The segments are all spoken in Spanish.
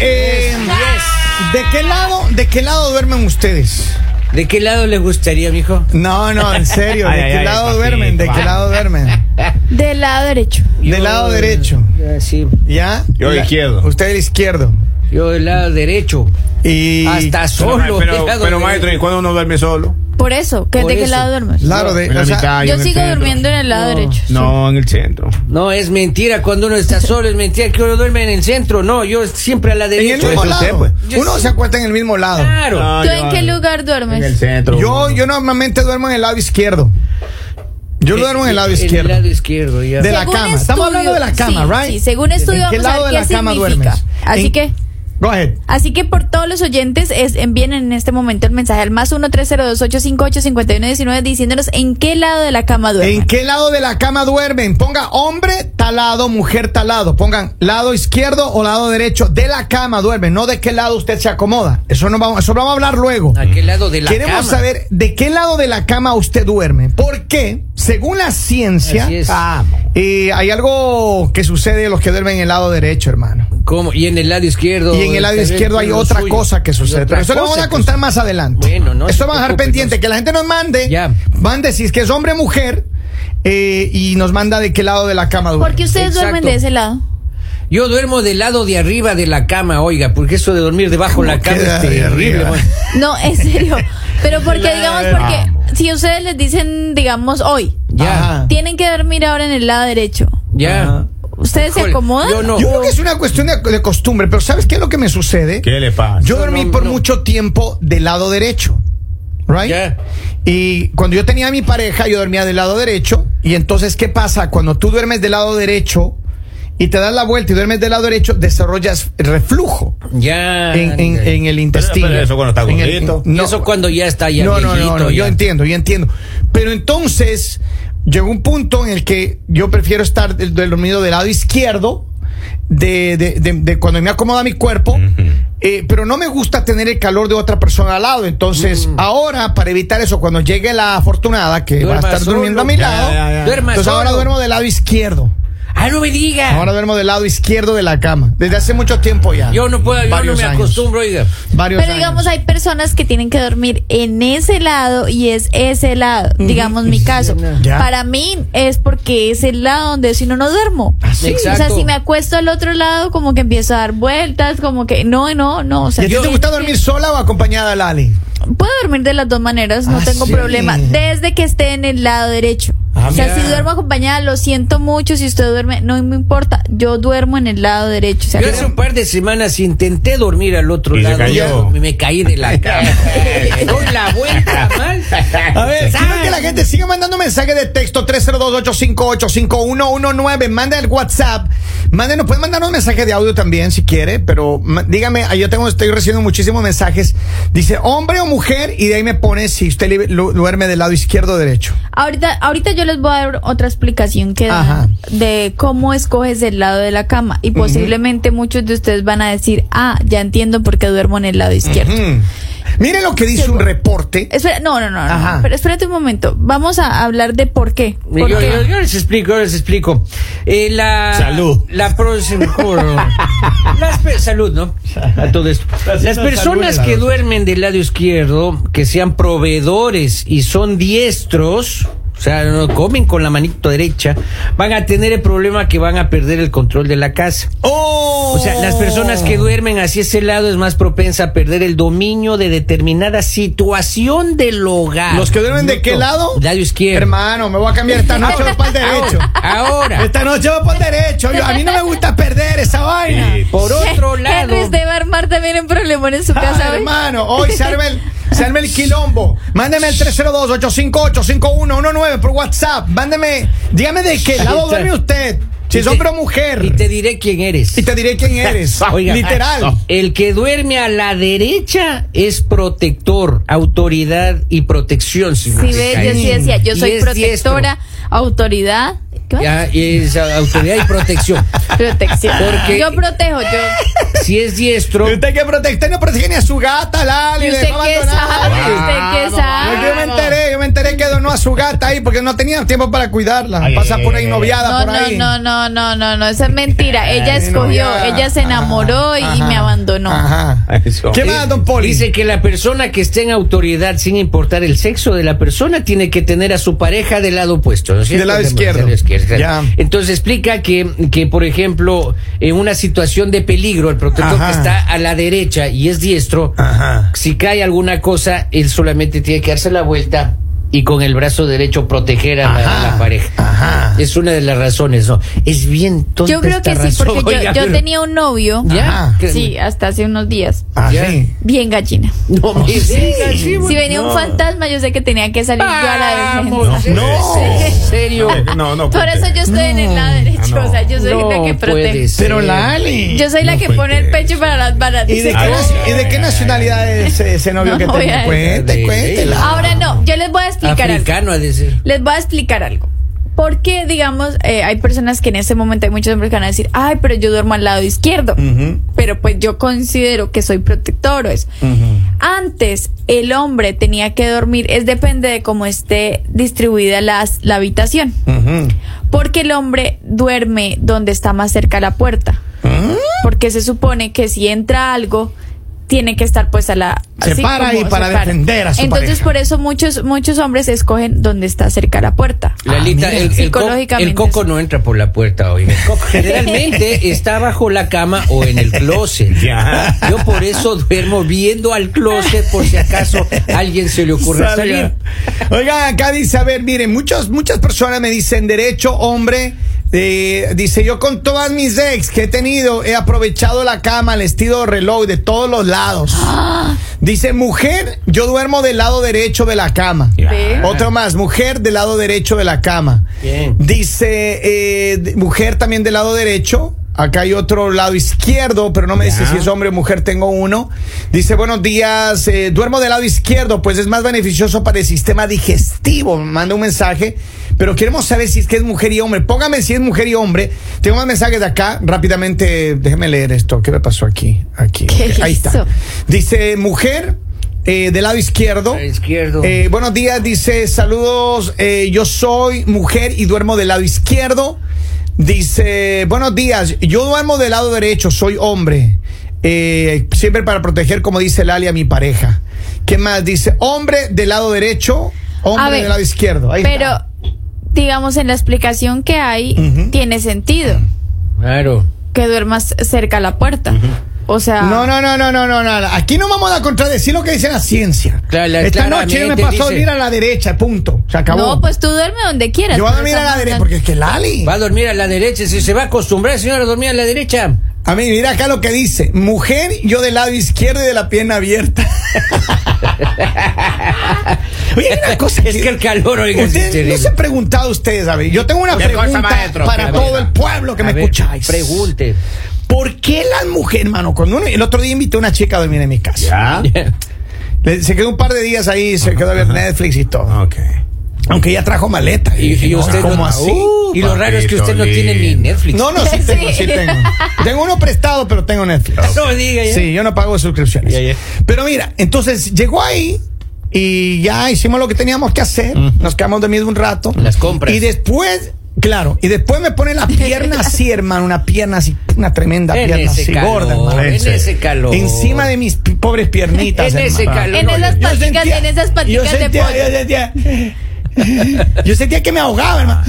eh, ¿De qué lado, de qué lado duermen ustedes? ¿De qué lado les gustaría, mijo? No, no, en serio, ¿de Ay, qué ay, ay, lado papito, duermen? ¿De qué va. lado duermen? Del lado derecho. Del Yo- lado derecho. Ah, sí. ¿Ya? Yo La- izquierdo. Usted el izquierdo. Yo del lado derecho. Y Hasta Pero, solo. pero, del lado pero, derecho. maestro, ¿y Eh, cuándo uno duerme solo? Por eso, ¿que Por ¿de qué eso. lado duermes? claro, de, En la o sea, mitad, Yo en el sigo centro. durmiendo en el lado No. derecho. No, en el centro. No, es mentira. Cuando uno está solo, es mentira que uno duerme en el centro. No, yo siempre a la en el derecha. mismo es usted, lado. Ah, pues. Yo Uno sí. se acuesta en el mismo lado. Claro. No, ¿Tú yo- en qué lugar En el duermes? centro. Yo, yo normalmente duermo en el lado izquierdo. Yo Eh, duermo en el lado izquierdo. lado izquierdo, ya. De la cama. Estamos hablando de la cama, sí, right? Sí, según estudio ¿En qué vamos a lado ver de qué la cama significa. duermes? Así En- que Go ahead. Así que por todos los oyentes es, envíen en este momento el mensaje al más 1 302 858 5119 diciéndonos en qué lado de la cama duermen. ¿En qué lado de la cama duermen? Ponga hombre talado, mujer talado. Pongan lado izquierdo o lado derecho de la cama duermen, no de qué lado usted se acomoda. Eso no vamos, eso lo vamos a hablar luego. ¿A qué lado de la Queremos cama? saber de qué lado de la cama usted duerme. Porque, según la ciencia, Así es. ah, eh, hay algo que sucede a los que duermen en el lado derecho, hermano. ¿Cómo? Y en el lado izquierdo. Y en el lado también izquierdo hay lo otra suyo. cosa que Hay sucede. otra Pero eso lo vamos cosa a que contar más adelante. Bueno, no Esto se vamos a dejar preocupe, pendiente. entonces. Que la gente nos mande. Ya. Mande si es que es hombre o mujer. eh, y nos manda de qué lado de la cama duerme. Porque ustedes Exacto. duermen de ese lado. sucede. Yo duermo del lado de arriba de la cama, oiga, porque eso de dormir debajo de la ¿Cómo cama queda es de terrible. arriba? bueno. No, en serio. Pero porque digamos porque si ustedes les dicen digamos hoy, Ya, Ajá. tienen que dormir ahora en el lado derecho. ya. Ajá. ¿Ustedes se Híjole, acomodan? Yo no. Yo creo que es una cuestión de, de costumbre. Pero ¿sabes qué es lo que me sucede? ¿Qué le pasa? Yo No, dormí no, por no. mucho tiempo del lado derecho. Right? Ya. Y cuando yo tenía a mi pareja, yo dormía del lado derecho. Y entonces, ¿qué pasa? Cuando tú duermes del lado derecho y te das la vuelta y duermes del lado derecho, desarrollas reflujo Ya. en, en- en el intestino. pero eso cuando está En el- gordito. no, Ah, Eso cuando ya está ya no, no, no, viejito, no, yo ya. entiendo, yo entiendo. Pero entonces llegó un punto en el que yo prefiero estar del, del dormido del lado izquierdo, de, de- de- de cuando me acomoda mi cuerpo. eh, pero no me gusta tener el calor de otra persona al lado. Entonces, Mm. ahora, para evitar eso, cuando llegue la afortunada que va a Duerma estar solo. durmiendo a mi Ya, lado, ya, ya. Duerma entonces ahora solo. duermo del lado izquierdo. Ah, no me diga. Ahora duermo del lado izquierdo de la cama. Desde hace mucho tiempo ya. yo no puedo, yo no Varios me años. acostumbro, oiga. Varios Pero digamos, años. hay personas que tienen que dormir en ese lado y es ese lado, digamos mi caso. Ya. Para mí es porque es el lado donde si no, no duermo. Ah, sí? O sea, Exacto. si me acuesto al otro lado, como que empiezo a dar vueltas, como que no, no, no. O ¿Y sea, a ti Yo- te gusta dormir sola o acompañada, Lali? puedo dormir de las dos maneras, no Ah, tengo sí. problema, desde que esté en el lado derecho. Ah, o sea, mira. si duermo acompañada, lo siento mucho. Si usted duerme, no me importa. Yo duermo en el lado derecho. O sea, Yo hace un par de semanas intenté dormir al otro Y se lado. cayó. Me, me caí de la cama. Le Doy la vuelta mal. A ver, ¡Zas! quiero que la gente siga mandando mensajes de texto 302-858-5119. Manda el WhatsApp. Mándenos, pueden mandarnos mensajes de audio también si quiere, pero ma- dígame, ah, yo tengo, estoy recibiendo muchísimos mensajes. Dice hombre o mujer, y de ahí me pone si usted li- lu- duerme del lado izquierdo o derecho. Ahorita, ahorita yo les voy a dar otra explicación que dan Ajá. de cómo escoges el lado de la cama y posiblemente muchos de ustedes van a decir, ah, ya entiendo por qué duermo en el lado izquierdo. Mm. Mire lo que dice un reporte. Espera, no, no, no, no, Ajá. pero espérate un momento, vamos a hablar de por qué. Yo, ¿Por qué? yo- yo les explico, yo les explico. Eh, la, Salud. La próxima. juro. Las pe- salud, ¿no? A todo esto. Las personas que duermen del lado izquierdo, que sean proveedores y son diestros. O sea, no comen con la manito derecha, van a tener el problema que van a perder el control de la casa. Oh. O sea, las personas que duermen hacia ese lado es más propensa a perder el dominio de determinada situación del hogar. Oh. Los que duermen de qué lado? Lado izquierdo. Ah, Hermano, me voy a cambiar esta noche voy para el derecho. Ahora. Esta noche voy para el derecho. Yo- a mí no me gusta perder esa vaina. Por otro lado. Henry de Barmar también en problemón en su Ah, casa. ¿ves? hermano, hoy se arma el, se arma el quilombo. Mándeme el 302-858-5119 por WhatsApp. Mándeme, dígame de qué lado está. duerme usted. Si Y es te- hombre o mujer. Y te diré quién eres. diré quién eres. Oiga, Literal. El que duerme a la derecha es protector, autoridad y protección. Si ves, yo sí decía, yo Y soy es diestro. protectora, autoridad ¿Qué va? Ya, es autoridad y protección. Protección. Porque- Yo protejo, yo. Si es diestro, ¿Y usted que protege? Usted no protege ni a su gata, Lali. ¿Y le usted dejó qué abandonada. sabe? ¿Usted qué No, yo me sabe? enteré, yo me enteré que donó a su gata ahí porque no tenía tiempo para cuidarla. Ay, Pasa ay, por ay, ahí ay. noviada No, por ahí. no, no, no, no, no, no, esa es mentira. Ella Ay, escogió, novia. ella se enamoró y, Ajá, me abandonó. Ajá. Eso. ¿Qué más, don Poli? Eh, dice que la persona que esté en autoridad, sin importar el sexo de la persona, tiene que tener a su pareja del lado opuesto. ¿no es cierto? Del lado izquierdo. lado izquierdo. Ya. Entonces explica que, que, por ejemplo, en una situación de peligro, el protector Ajá. que está a la derecha y es diestro, Ajá. si cae alguna cosa, él solamente tiene que darse la vuelta y con el brazo derecho proteger a, la, a la pareja. Ajá. Es una de las razones, ¿no? Es bien tonta Yo creo esta que sí, razón, porque yo, oiga, yo pero- tenía un novio. ¿Ya? Ajá. que- Sí, hasta hace unos días. Ah, Ya. sí. Bien gallina. No me digas, sí, Si venía un fantasma, yo sé que tenía que salir yo a la defensa. Vamos, No. pues. Eh, ¿En serio? No, no. Por eso yo estoy en el lado derecho. Ah, no. O sea, yo soy la No puede que protege. ser. Pero Lali. Yo soy la No que puede pone el ser. pecho para las baratas. ¿Y de, qué, Ay, naci- y ay, de ay, qué ay, nacionalidad es ese, ese novio No que voy a te decir. cuente? De- Cuéntela. Ahora no, yo les voy a explicar algo. Africano a decir. Les voy a explicar algo. Porque, digamos, eh, hay personas que en este momento hay muchos hombres que van a decir, ay, pero yo duermo al lado izquierdo. Ujú. Mm. Pero pues yo considero que soy protector o eso. Antes el hombre tenía que dormir, es depende de cómo esté distribuida las, la habitación. Ujú. Porque el hombre duerme donde está más cerca la puerta. Porque se supone que si entra algo, tiene que estar pues a la... Se así para como ahí para se para. defender a su Entonces pareja. por eso muchos, muchos hombres escogen donde está cerca la puerta. Ah, Lalita, el, el, co- Psicológicamente el coco sí. no entra por la puerta hoy. Generalmente está bajo la cama o en el closet. Ya. Yo por eso duermo viendo al closet por si acaso a alguien se le ocurre Salga. salir. Oiga, acá dice, a ver, miren, muchas, muchas personas me dicen derecho, hombre. eh, dice, yo con todas mis ex que he tenido, he aprovechado la cama, el estilo de reloj de todos los lados. Dice, mujer, yo duermo del lado derecho de la cama. Ya. Ve. Otro más, mujer del lado derecho de la cama. Bien. Dice, eh, d- mujer también del lado derecho. Acá hay otro lado izquierdo, pero no me dice Ya. si es hombre o mujer, tengo uno. Dice, buenos días, eh, duermo del lado izquierdo, pues es más beneficioso para el sistema digestivo. Me Manda un mensaje, pero queremos saber si es que es mujer y hombre. Póngame si es mujer y hombre. Tengo más mensajes de acá, rápidamente, déjeme leer esto. ¿Qué me pasó aquí? Aquí. ¿Qué ok, Ahí está. hizo? Dice, mujer eh, del lado izquierdo. Lado izquierdo. Eh, buenos días, dice, saludos, eh, yo soy mujer y duermo del lado izquierdo. Dice, buenos días, yo duermo del lado derecho, soy hombre. Eh, siempre para proteger, como dice Lali, a mi pareja. ¿Qué más? Dice, hombre del lado derecho, A hombre ver, del lado izquierdo. Ahí Pero, está. digamos, en la explicación que hay, Ujú. tiene sentido Claro. que duermas cerca a la puerta. O sea... No, no, no, no, no, no, no. Aquí no vamos a contradecir lo que dice la ciencia. Claro, la- Esta noche me claramente pasó a dice- dormir a la derecha, punto. Se acabó. No, pues tú duerme donde quieras. Yo voy a pero dormir a estamos la derecha, hablando- porque es que Lali. Va a dormir a la derecha. Si se va a acostumbrar, señora, a dormir a la derecha. A mí, mira acá lo que dice. Mujer, yo del lado izquierdo y de la pierna abierta. Oye, hay una cosa. Es que el calor, oiga, es Ustedes no terrible. se han preguntado ustedes, a ver. Yo tengo una Ya corta, pregunta maestro. para A todo ver. el pueblo que A me ver, escucháis. Pregunte. ¿Por qué las mujeres, hermano? Cuando uno- el otro día invité a una chica a dormir en mi casa. Ya. Le- se quedó un par de días ahí, se quedó a ver Netflix y todo. Ok. Aunque ella trajo maleta. Y, dije, y no, usted no- ¿cómo así? Uh, y lo raro es que usted no papito tiene ni lindo. Netflix. No, no, sí Sí. tengo, sí tengo. Tengo uno prestado, pero tengo Netflix. No diga ya. Sí, yo no pago suscripciones. Ya, ya. Pero mira, entonces llegó ahí y ya hicimos lo que teníamos que hacer. Nos quedamos dormidos un rato. Las compras. Y después, claro, y después me pone la pierna así, hermano, una pierna así, una tremenda En pierna ese así, calor, gorda, hermano. en Sí. ese calor. Encima de mis pi- pobres piernitas. En ese hermano. calor. En No, esas yo- Yo patitas, sentía- en esas yo patitas de sentía- pollo. yo sentía- yo sentía que me ahogaba, hermano.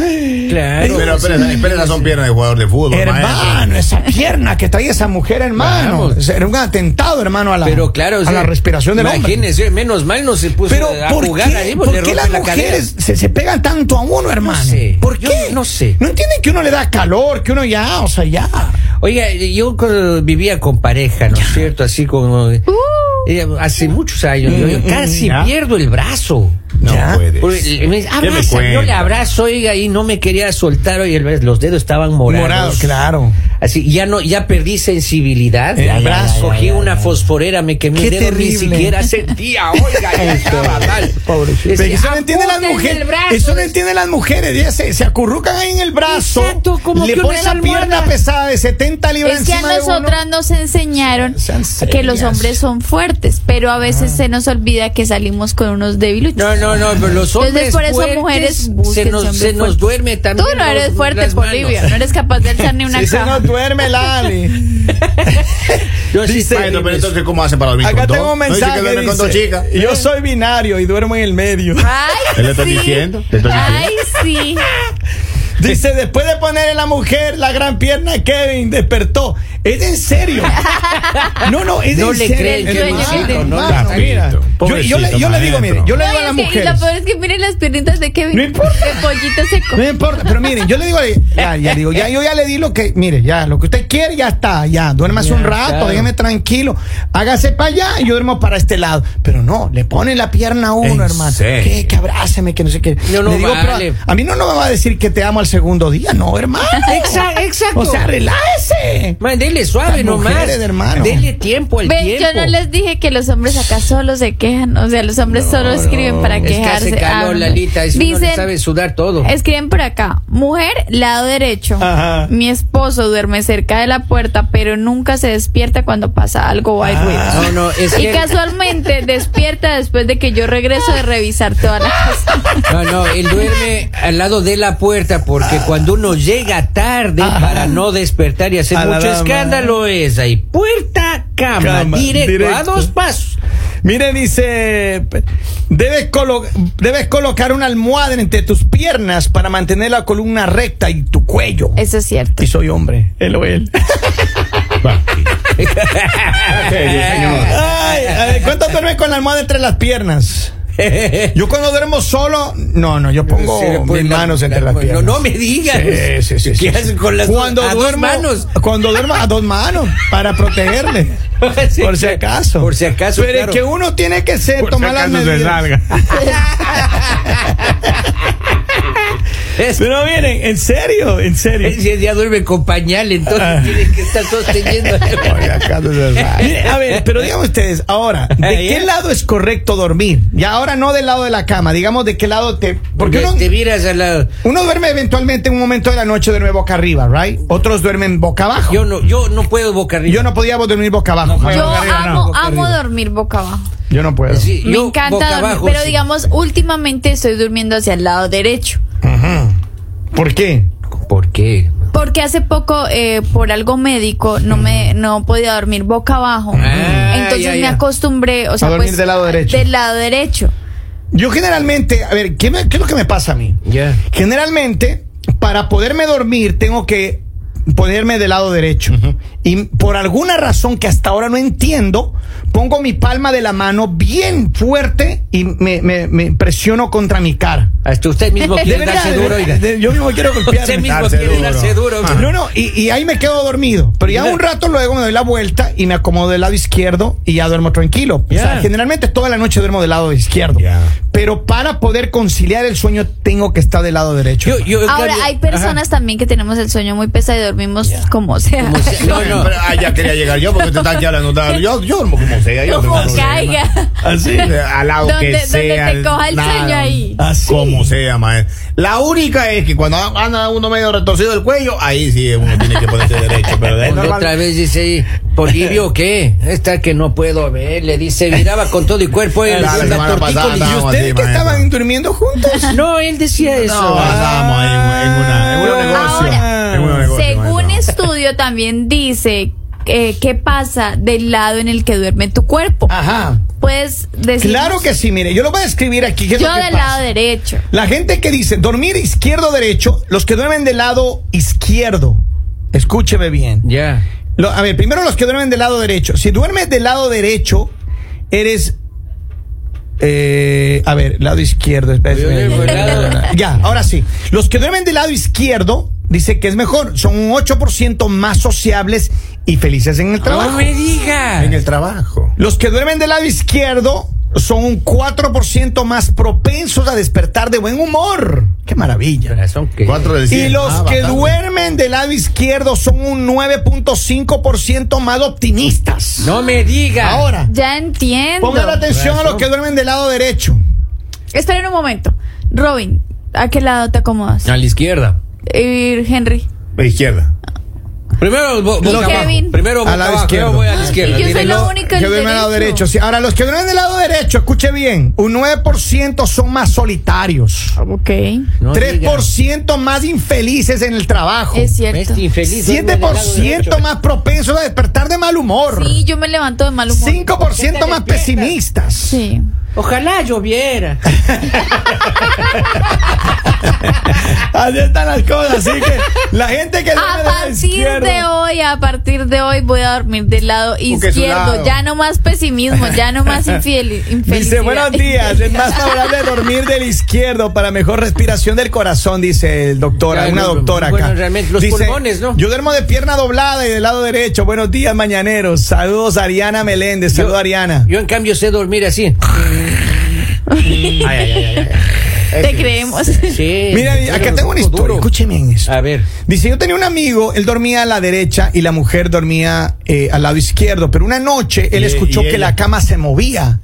Claro. Pero espera, espera, son piernas de jugador de fútbol. Hermano, maestro. esa pierna que traía esa mujer, hermano. Vamos. Era un atentado, hermano, a la, Pero claro, a o sea, la respiración del hombre. Imagínese, menos mal no se puso Pero a ¿por jugar qué, ahí, por porque qué le rompe las la cadera. mujeres se, se pegan tanto a uno, hermano? sé, ¿Por yo qué? no sé. No entienden que uno le da calor, que uno ya, o sea, ya. Oiga, yo cuando vivía con pareja, ¿no es cierto? Así como Uh. eh, hace muchos años, yo, yo casi ya. pierdo el brazo. No Ya. puedes. Porque le- me dice, ¿Qué me "Abraza", yo le cuenta? abrazo, oiga, y no me quería soltar, oiga, el- los dedos estaban morados. Morado, claro. así, ya no, ya perdí sensibilidad. El Ya, ya, brazo. ya, Cogí una fosforera, me quemé Qué el dedo, ni terrible. siquiera sentía, oiga, ya estaba mal. Pero Decía, eso no entienden las "Apúntenme el mujeres. brazo". Eso no entienden las mujeres. ellas se, se acurrucan ahí en el brazo. Exacto, como le que ponen unas la almohadas. pierna pesada de 70 libras Es que a encima de uno. nosotras nos enseñaron Sean que los serias. Ah. hombres son fuertes, pero a veces se nos olvida que salimos con unos débiles. No, no, no, pero los hombres Entonces, por eso, fuertes mujeres, se búsquense nos, hombres se nos fuertes. duerme Tú también. no los- eres fuerte, las manos. Bolivia. No eres capaz de alzar ni una Sí, se caja. nos duerme, Lali. Yo sí Dice- estoy Bueno, pero libre. entonces, ¿cómo hacen para dormir Acá con dos? tengo un No dice mensaje. que duermen con dos dice, chicas. Yo soy binario y duermo en el medio. Ah. Ay, ¿Te lo estoy sí. diciendo? ¿Te estoy diciendo? Ay, sí. Dice, después de poner en la mujer la gran pierna, Kevin despertó. ¿Es en serio? No, no, es No en le serio. creen, Es yo- en yo- serio, no, hermano, no, mira. pobrecito, Yo- Yo le- yo le digo, maestro. mire, yo le No, digo a las y es que- y lo mujeres. peor es que miren las piernitas de Kevin. No importa. De pollito seco. No importa, pero miren, yo le digo, ya, ya digo, ya, yo ya le di lo que, mire, ya, lo que usted quiere, ya está, ya, duérmase Ya, un rato, claro. déjeme tranquilo, hágase para allá y yo duermo para este lado. Pero no, le ponen la pierna a uno, ¿En hermano. serio? Que, que abráceme, que no sé qué. No, no Le digo, pero vale. a, a mí no, no me va a decir que te amo al segundo día, no, hermano. Exacto, exacto. O sea, relájese. Man, dele suave Las nomás. mujeres, hermano. Dele tiempo al Ve, tiempo. yo no les dije que los hombres acá solo se quejan. O sea, los hombres solo escriben para Es que quejarse. hace calor, Ah, no. Lalita, eso uno le Dicen- sabe sudar todo. Escriben por acá, mujer, lado derecho. Ajá. Mi esposo duerme cerca de la puerta, pero nunca se despierta cuando pasa algo o hay ruidos. Ah, No, no, es y que- casualmente despierta después de que yo regreso de revisar toda la casa. No, no, él duerme al lado de la puerta porque cuando uno llega tarde para no despertar y hacer Ah. A la mucho dama. escándalo es ahí. Puerta, cama, Cama, directo, a directo. dos pasos. Mire, dice, debes, colo- debes colocar una almohada entre tus piernas para mantener la columna recta y tu cuello. Eso es cierto. Y soy hombre, él o él. Ay, a ver, ¿cuánto duermes con la almohada entre las piernas? Yo cuando duermo solo, no, no, yo pongo Sí, le mis ponen la- manos entre la- las no, piernas. no me digas. Sí, sí, sí, sí, ¿Qué sí. haces con las dos- cuando a dos duermo, manos? Cuando duermo a dos manos para protegerle. Sí, por si acaso. Por si acaso, Pero claro. es que uno tiene que ser, Por si tomar las acaso se medidas. salga. Es- Pero miren, en serio, en serio. Ese día duerme con pañal, Ah. entonces tiene que estar sosteniendo. Por si acaso se salga. Mire, a ver, pero digan ustedes, ahora, ¿de Ahí qué es. lado es correcto dormir? Y ahora no del lado de la cama, digamos de qué lado te. Porque Porque uno, te miras al lado. uno duerme eventualmente en un momento de la noche duerme boca arriba, ¿right? Otros duermen boca abajo. Yo no, yo no puedo boca arriba. Yo no podía dormir boca abajo. No, jamás. Yo boca arriba, no, amo, boca amo arriba. dormir boca abajo. Yo no puedo. Sí, Me yo boca encanta dormir, abajo, pero sí. digamos, últimamente estoy durmiendo hacia el lado derecho. Ajá. ¿Por qué? ¿Por qué? Porque hace poco, eh, por algo médico, no me no podía dormir boca abajo. Ah, Entonces ya, me ya. acostumbré, o sea, dormir pues, del lado derecho. Del lado derecho. Yo generalmente, a ver, ¿qué, me- qué es lo que me pasa a mí? Ya. Generalmente, para poderme dormir, tengo que ponerme del lado derecho. Y por alguna razón que hasta ahora no entiendo, pongo mi palma de la mano bien fuerte y me, me- me presiono contra mi cara. Hasta este, usted mismo quiere Debería, darse duro, debería, oiga. de- yo mismo quiero golpearme. Usted mismo darse quiere duro. darse duro. Ajá. No, no, y, y ahí me quedo dormido. Pero ya un rato luego me doy la vuelta y me acomodo del lado izquierdo y ya duermo tranquilo. O sea, Ya. generalmente toda la noche duermo del lado izquierdo. Ya. Pero para poder conciliar el sueño tengo que estar del lado derecho. Yo, yo, en Ahora, cambio- hay personas también que tenemos el sueño muy pesado y dormimos como sea. Como sea, no, no. Pero, ah, ya quería llegar yo porque te están aquí hablando. tal. Yo, yo duermo como sea. Yo no tengo como problema. caiga. Así. Al lado Donde- que donde sea. te coja el sueño ahí. Así. Como sea, maestro. La única es que cuando anda uno medio retorcido el cuello, ahí sí uno tiene que ponerse derecho. Pero de ahí Cuando normal- otra vez dice, Polivio, ¿qué? Esta que no puedo ver, le dice, miraba con todo y cuerpo. eh, él, La la semana tortícolis. pasada ¿Y estábamos ustedes así, que maestro. estaban durmiendo juntos? No, él decía eso. No, estábamos ahí en, en una, en un negocio. Ahora, en un negocio, Según maestro. estudio también dice eh, qué pasa del lado en el que duerme tu cuerpo. Ah. Ajá. Puedes decir. Claro que sí, mire, yo lo voy a escribir aquí. ¿qué es Yo lo que del pasa? lado derecho. La gente que dice dormir izquierdo derecho, los que duermen del lado izquierdo. Escúcheme bien. Ya. Lo- a ver, primero los que duermen del lado derecho. Si duermes del lado derecho, eres. eh, a ver, lado izquierdo. espérate. Yo duermo del lado- Ya, ahora sí. Los que duermen del lado izquierdo, dice que es mejor. Son un 8% más sociables y felices en el trabajo. No me diga. En el trabajo. Los que duermen del lado izquierdo son un 4% más propensos a despertar de buen humor. Qué maravilla. Corazón que- Cuatro de Y cien. los Ah, que bastante. duermen del lado izquierdo son un 9.5% más optimistas. No me diga. Ahora, Ya entiendo. pongan atención a los que duermen del lado derecho. Esperen un momento. Robin, ¿a qué lado te acomodas? A la izquierda. Y Henry. La izquierda. Primero bo- boca abajo. Kevin. Primero boca Al lado abajo, izquierdo. luego voy a la izquierda. Ah, Y yo soy Miren, la no- única. Que El duermen del lado derecho. derecho. Sí, ahora, los que duermen del lado derecho, escuche bien, un 9% son más solitarios. Ok. no diga. 3% más infelices en el trabajo. Es cierto. Este infeliz duerme del lado derecho. ¿eh? 7% más propensos a despertar de mal humor. Sí, yo me levanto de mal humor. 5% más pesimistas. Sí. Ojalá lloviera. Así están las cosas. Así que la gente que duerme A del lado partir izquierdo- de hoy, a partir de hoy voy a dormir del lado que su izquierdo. lado. Ya no más pesimismo, ya no más infiel, Dice, infelicidad. buenos días, es más favorable dormir del izquierdo para mejor respiración del corazón, dice el doctor, Ya, una no, doctora acá. bueno, realmente, los Dice, pulmones, ¿no? Yo duermo de pierna doblada y del lado derecho. Buenos días, mañaneros. Saludos, Ariana Meléndez. Saludos, Ariana. Yo en cambio sé dormir así. Ay, ay, ay, Este, ay, ay. Mm. Te creemos. Sí. Mira, Pero acá tengo una duro, historia. duro. Escúcheme en esto. A ver. Dice, yo tenía un amigo, él dormía a la derecha y la mujer dormía eh, al lado izquierdo, pero una noche él Y- escuchó y que ella- la cama se movía.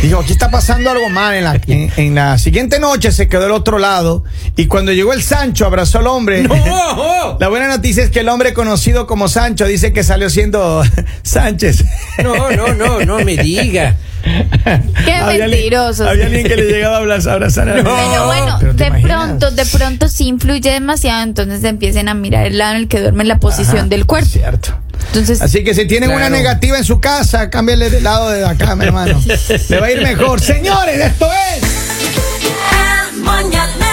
Dijo, aquí está pasando algo mal. En la, en, en la siguiente noche se quedó al otro lado y cuando llegó el Sancho abrazó al hombre. ¡No! La buena noticia es que el hombre conocido como Sancho dice que salió siendo Sánchez. No, no, no, no me diga. Qué Había alguien- mentirosos. Había alguien que le llegaba a abrazar, abrazar al hombre. Pero bueno, Pero ¿te de imaginas? pronto, de pronto sí influye demasiado, entonces empiecen a mirar el lado en el que duerme la posición Ajá, del cuerpo. Cierto. Entonces, Así que si tienen Claro. una negativa en su casa, cámbiale del lado de la cama, hermano. Le va a ir mejor. Señores, esto es. El mañanero